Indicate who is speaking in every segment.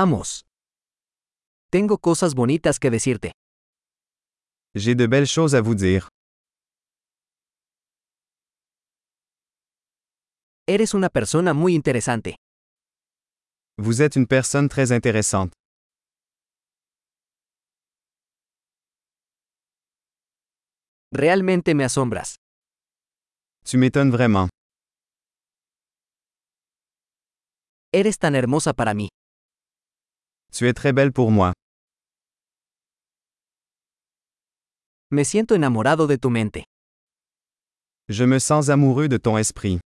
Speaker 1: Vamos. Tengo cosas bonitas que decirte.
Speaker 2: J'ai de belles choses à vous dire.
Speaker 1: Eres una persona muy interesante.
Speaker 2: Vous êtes une personne très intéressante.
Speaker 1: Realmente me asombras.
Speaker 2: Tu m'étonnes vraiment.
Speaker 1: Eres tan hermosa para mí.
Speaker 2: Tu es très belle pour moi.
Speaker 1: Me siento enamorado de tu mente.
Speaker 2: Je me sens amoureux de ton esprit.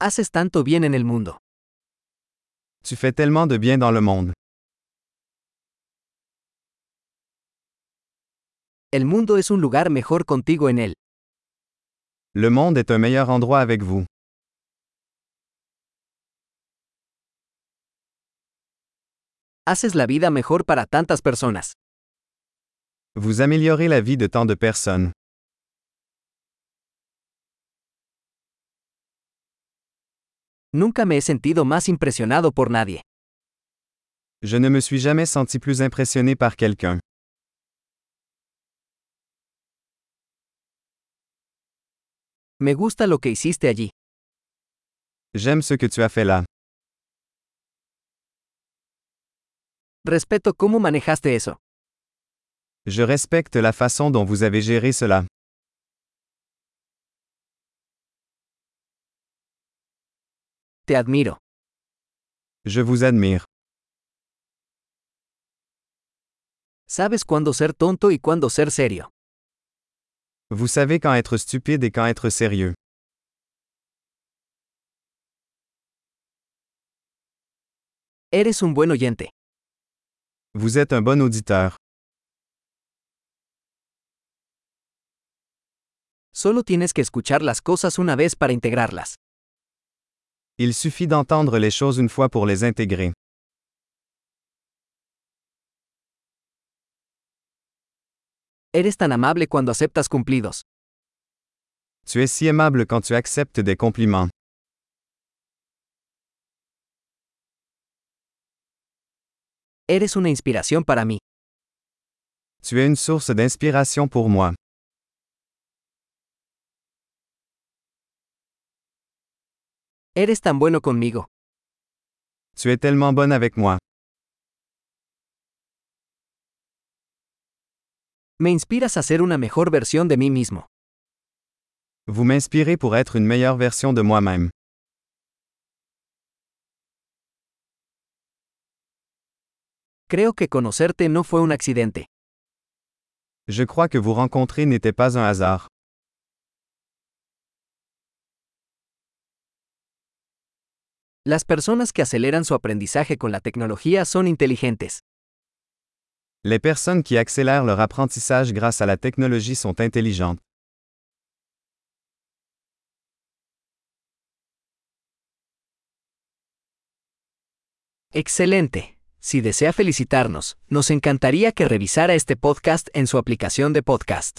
Speaker 1: Haces tanto bien en el mundo.
Speaker 2: Tu fais tellement de bien dans le monde.
Speaker 1: El mundo es un lugar mejor contigo en él.
Speaker 2: Le monde est un meilleur endroit avec vous.
Speaker 1: Haces la vida mejor para tantas personas.
Speaker 2: Vous améliorez la vie de tant de personnes.
Speaker 1: Nunca me he sentido más impresionado por nadie.
Speaker 2: Je ne me suis jamais senti plus impressionné par quelqu'un.
Speaker 1: Me gusta lo que hiciste allí.
Speaker 2: J'aime ce que tu as fait là.
Speaker 1: Respeto cómo manejaste eso.
Speaker 2: Je respecte la façon dont vous avez géré cela.
Speaker 1: Te admiro.
Speaker 2: Je vous admire.
Speaker 1: Sabes cuándo ser tonto y cuándo ser serio.
Speaker 2: Vous savez quand être stupide et quand être sérieux.
Speaker 1: Eres un buen oyente.
Speaker 2: Vous êtes un bon auditeur.
Speaker 1: Solo tienes que escuchar las cosas una vez para integrarlas.
Speaker 2: Il suffit d'entendre les choses une fois pour les intégrer.
Speaker 1: Eres tan amable cuando aceptas cumplidos.
Speaker 2: Tu es si aimable quand tu acceptes des compliments.
Speaker 1: Eres una inspiración para mí.
Speaker 2: Tu es une source d'inspiration pour moi.
Speaker 1: Eres tan bueno conmigo.
Speaker 2: Tu es tellement bonne avec moi.
Speaker 1: Me inspiras a ser una mejor versión de mí mismo.
Speaker 2: Vous m'inspirez pour être une meilleure version de moi-même.
Speaker 1: Creo que conocerte no fue un accidente.
Speaker 2: Je crois que vous rencontrer n'était pas un hasard.
Speaker 1: Las personas que aceleran su aprendizaje con la tecnología son inteligentes.
Speaker 2: Les personnes qui accélèrent leur apprentissage grâce à la technologie sont intelligentes.
Speaker 1: Excelente. Si desea felicitarnos, nos encantaría que revisara este podcast en su aplicación de podcast.